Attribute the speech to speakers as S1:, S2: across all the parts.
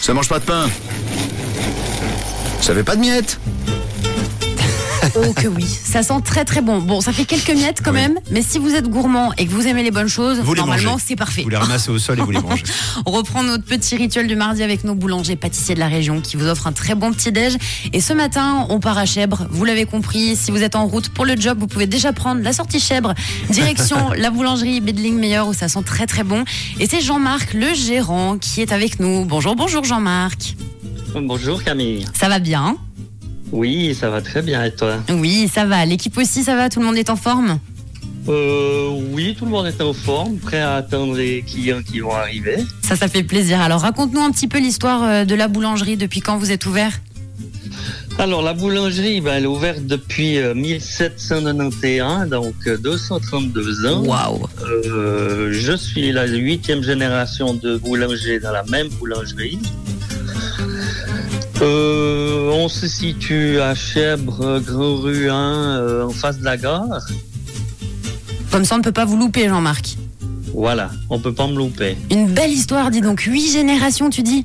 S1: Ça mange pas de pain. Ça fait pas de miettes.
S2: Oh que oui, ça sent très très bon. Bon, ça fait quelques miettes quand
S1: Oui.
S2: même, mais si vous êtes gourmand et que vous aimez les bonnes choses,
S3: Vous les
S2: normalement
S3: mangez.
S2: c'est parfait.
S3: Vous les ramassez au sol et vous les mangez.
S2: On reprend notre petit rituel du mardi avec nos boulangers pâtissiers de la région qui vous offrent un très bon petit déj. Et ce matin, on part à Chèbre. Vous l'avez compris, si vous êtes en route pour le job, vous pouvez déjà prendre la sortie Chèbre, direction la boulangerie Bedling Meilleur où ça sent très très bon. Et c'est Jean-Marc, le gérant, qui est avec nous. Bonjour, bonjour Jean-Marc.
S4: Bonjour Camille.
S2: Ça va bien
S4: Oui, ça va très bien et toi
S2: Oui, ça va. L'équipe aussi, ça va Tout le monde est en forme
S4: euh, Oui, tout le monde est en forme, prêt à attendre les clients qui vont arriver.
S2: Ça, ça fait plaisir. Alors raconte-nous un petit peu l'histoire euh, de la boulangerie, depuis quand vous êtes ouvert
S4: Alors la boulangerie, ben, elle est ouverte depuis euh, 1791, donc euh, 232 ans.
S2: Waouh
S4: Euh, je suis la huitième génération de boulanger dans la même boulangerie. Euh, on se situe à Chèbre, Grand Rue 1, euh, en face de la gare.
S2: Comme ça, on ne peut pas vous louper, Jean-Marc.
S4: Voilà, on peut pas me louper.
S2: Une belle histoire, dis donc. Huit générations, tu dis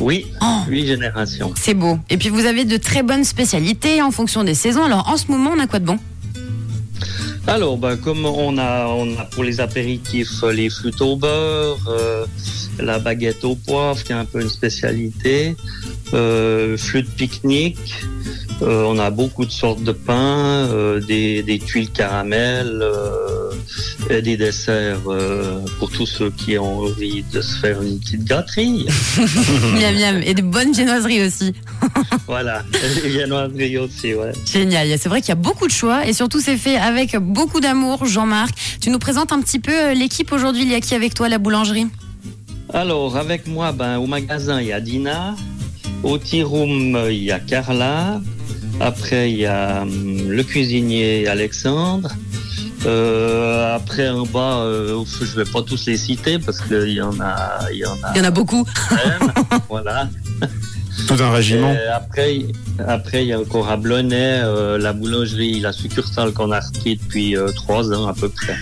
S4: Oui,
S2: Oh,
S4: huit générations.
S2: c'est beau. Et puis vous avez de très bonnes spécialités en fonction des saisons. Alors en ce moment, on a quoi de bon
S4: Alors, ben, comme on a, on a pour les apéritifs euh, les flûtes au beurre, euh, la baguette au poivre, qui est un peu une spécialité, euh, flûte pique-nique, euh, on a beaucoup de sortes de pains, euh, des, des tuiles caramel, euh, et des desserts euh, pour tous ceux qui ont envie de se faire une petite gâterie.
S2: Miam miam. Et de bonnes viennoiseries aussi.
S4: voilà, les viennoiseries aussi, ouais.
S2: Génial. C'est vrai qu'il y a beaucoup de choix et surtout c'est fait avec beaucoup d'amour, Jean-Marc. Tu nous présentes un petit peu euh, l'équipe aujourd'hui. Il y a qui avec toi à la boulangerie
S4: Alors, avec moi, ben, au magasin, il y a Dina. Au tea room, euh, il y a Carla. Après, il y a hum, le cuisinier Alexandre. Euh, après, en bas, euh, je vais pas tous les citer parce qu'il y en a, il y en a
S2: Il y en a beaucoup.
S4: même. voilà.
S3: Tout un régiment.
S4: Euh, après, il- après, il y a encore à Blonay, euh, la boulangerie, la succursale qu'on a repris depuis euh, trois ans à peu près.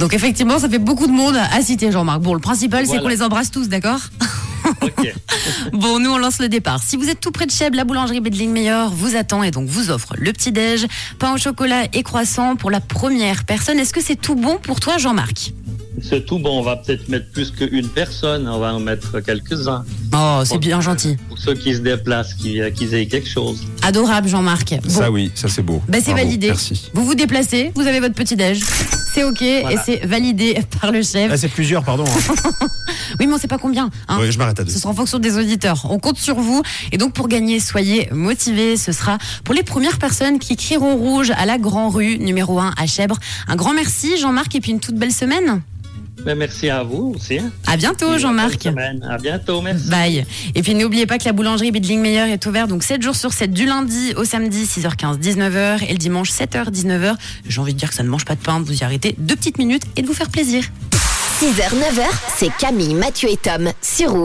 S2: Donc effectivement, ça fait beaucoup de monde à citer, Jean-Marc. Bon, le principal, c'est
S4: Voilà.
S2: qu'on les embrasse tous, d'accord
S4: Ok.
S2: Bon, nous, on lance le départ. Si vous êtes tout près de Cheb, la boulangerie Bedling Meilleur vous attend et donc vous offre le petit-déj, pain au chocolat et croissant pour la première personne. Est-ce que c'est tout bon pour toi, Jean-Marc
S4: C'est tout bon. On va peut-être mettre plus qu'une personne. On va en mettre quelques-uns.
S2: Oh,
S4: c'est bien
S2: gentil.
S4: pour ceux qui se déplacent, qu'ils qu'ils aient quelque chose.
S2: Adorable, Jean-Marc. Bon,
S3: Ça oui, ça c'est beau.
S2: bah, c'est
S3: Bravo,
S2: validé.
S3: Merci.
S2: Vous vous déplacez, vous avez votre petit-déj. C'est OK et
S4: Voilà.
S2: c'est validé par le chef.
S3: Là c'est plusieurs, pardon. hein.
S2: Oui, mais on sait pas combien. hein.
S3: Ouais, je m'arrête à deux.
S2: Ce sera en fonction des auditeurs. On compte sur vous. Et donc, pour gagner, soyez motivés. Ce sera pour les premières personnes qui crieront rouge à la Grand Rue, numéro 1 à Chèbre. Un grand merci, Jean-Marc, et puis une toute belle semaine.
S4: Ben, merci à vous aussi. hein.
S2: À bientôt,
S4: Bonne
S2: Jean-Marc.
S4: semaine. À bientôt, merci.
S2: Bye. Et puis n'oubliez pas que la boulangerie Bidling Meilleur est ouverte donc 7 jours sur 7 du lundi au samedi 6h15 19h et le dimanche 7h 19h. J'ai envie de dire que ça ne mange pas de pain, de vous y arrêter deux petites minutes et de vous faire plaisir.
S5: 6h, 9h, c'est Camille, Mathieu et Tom sur Rouge.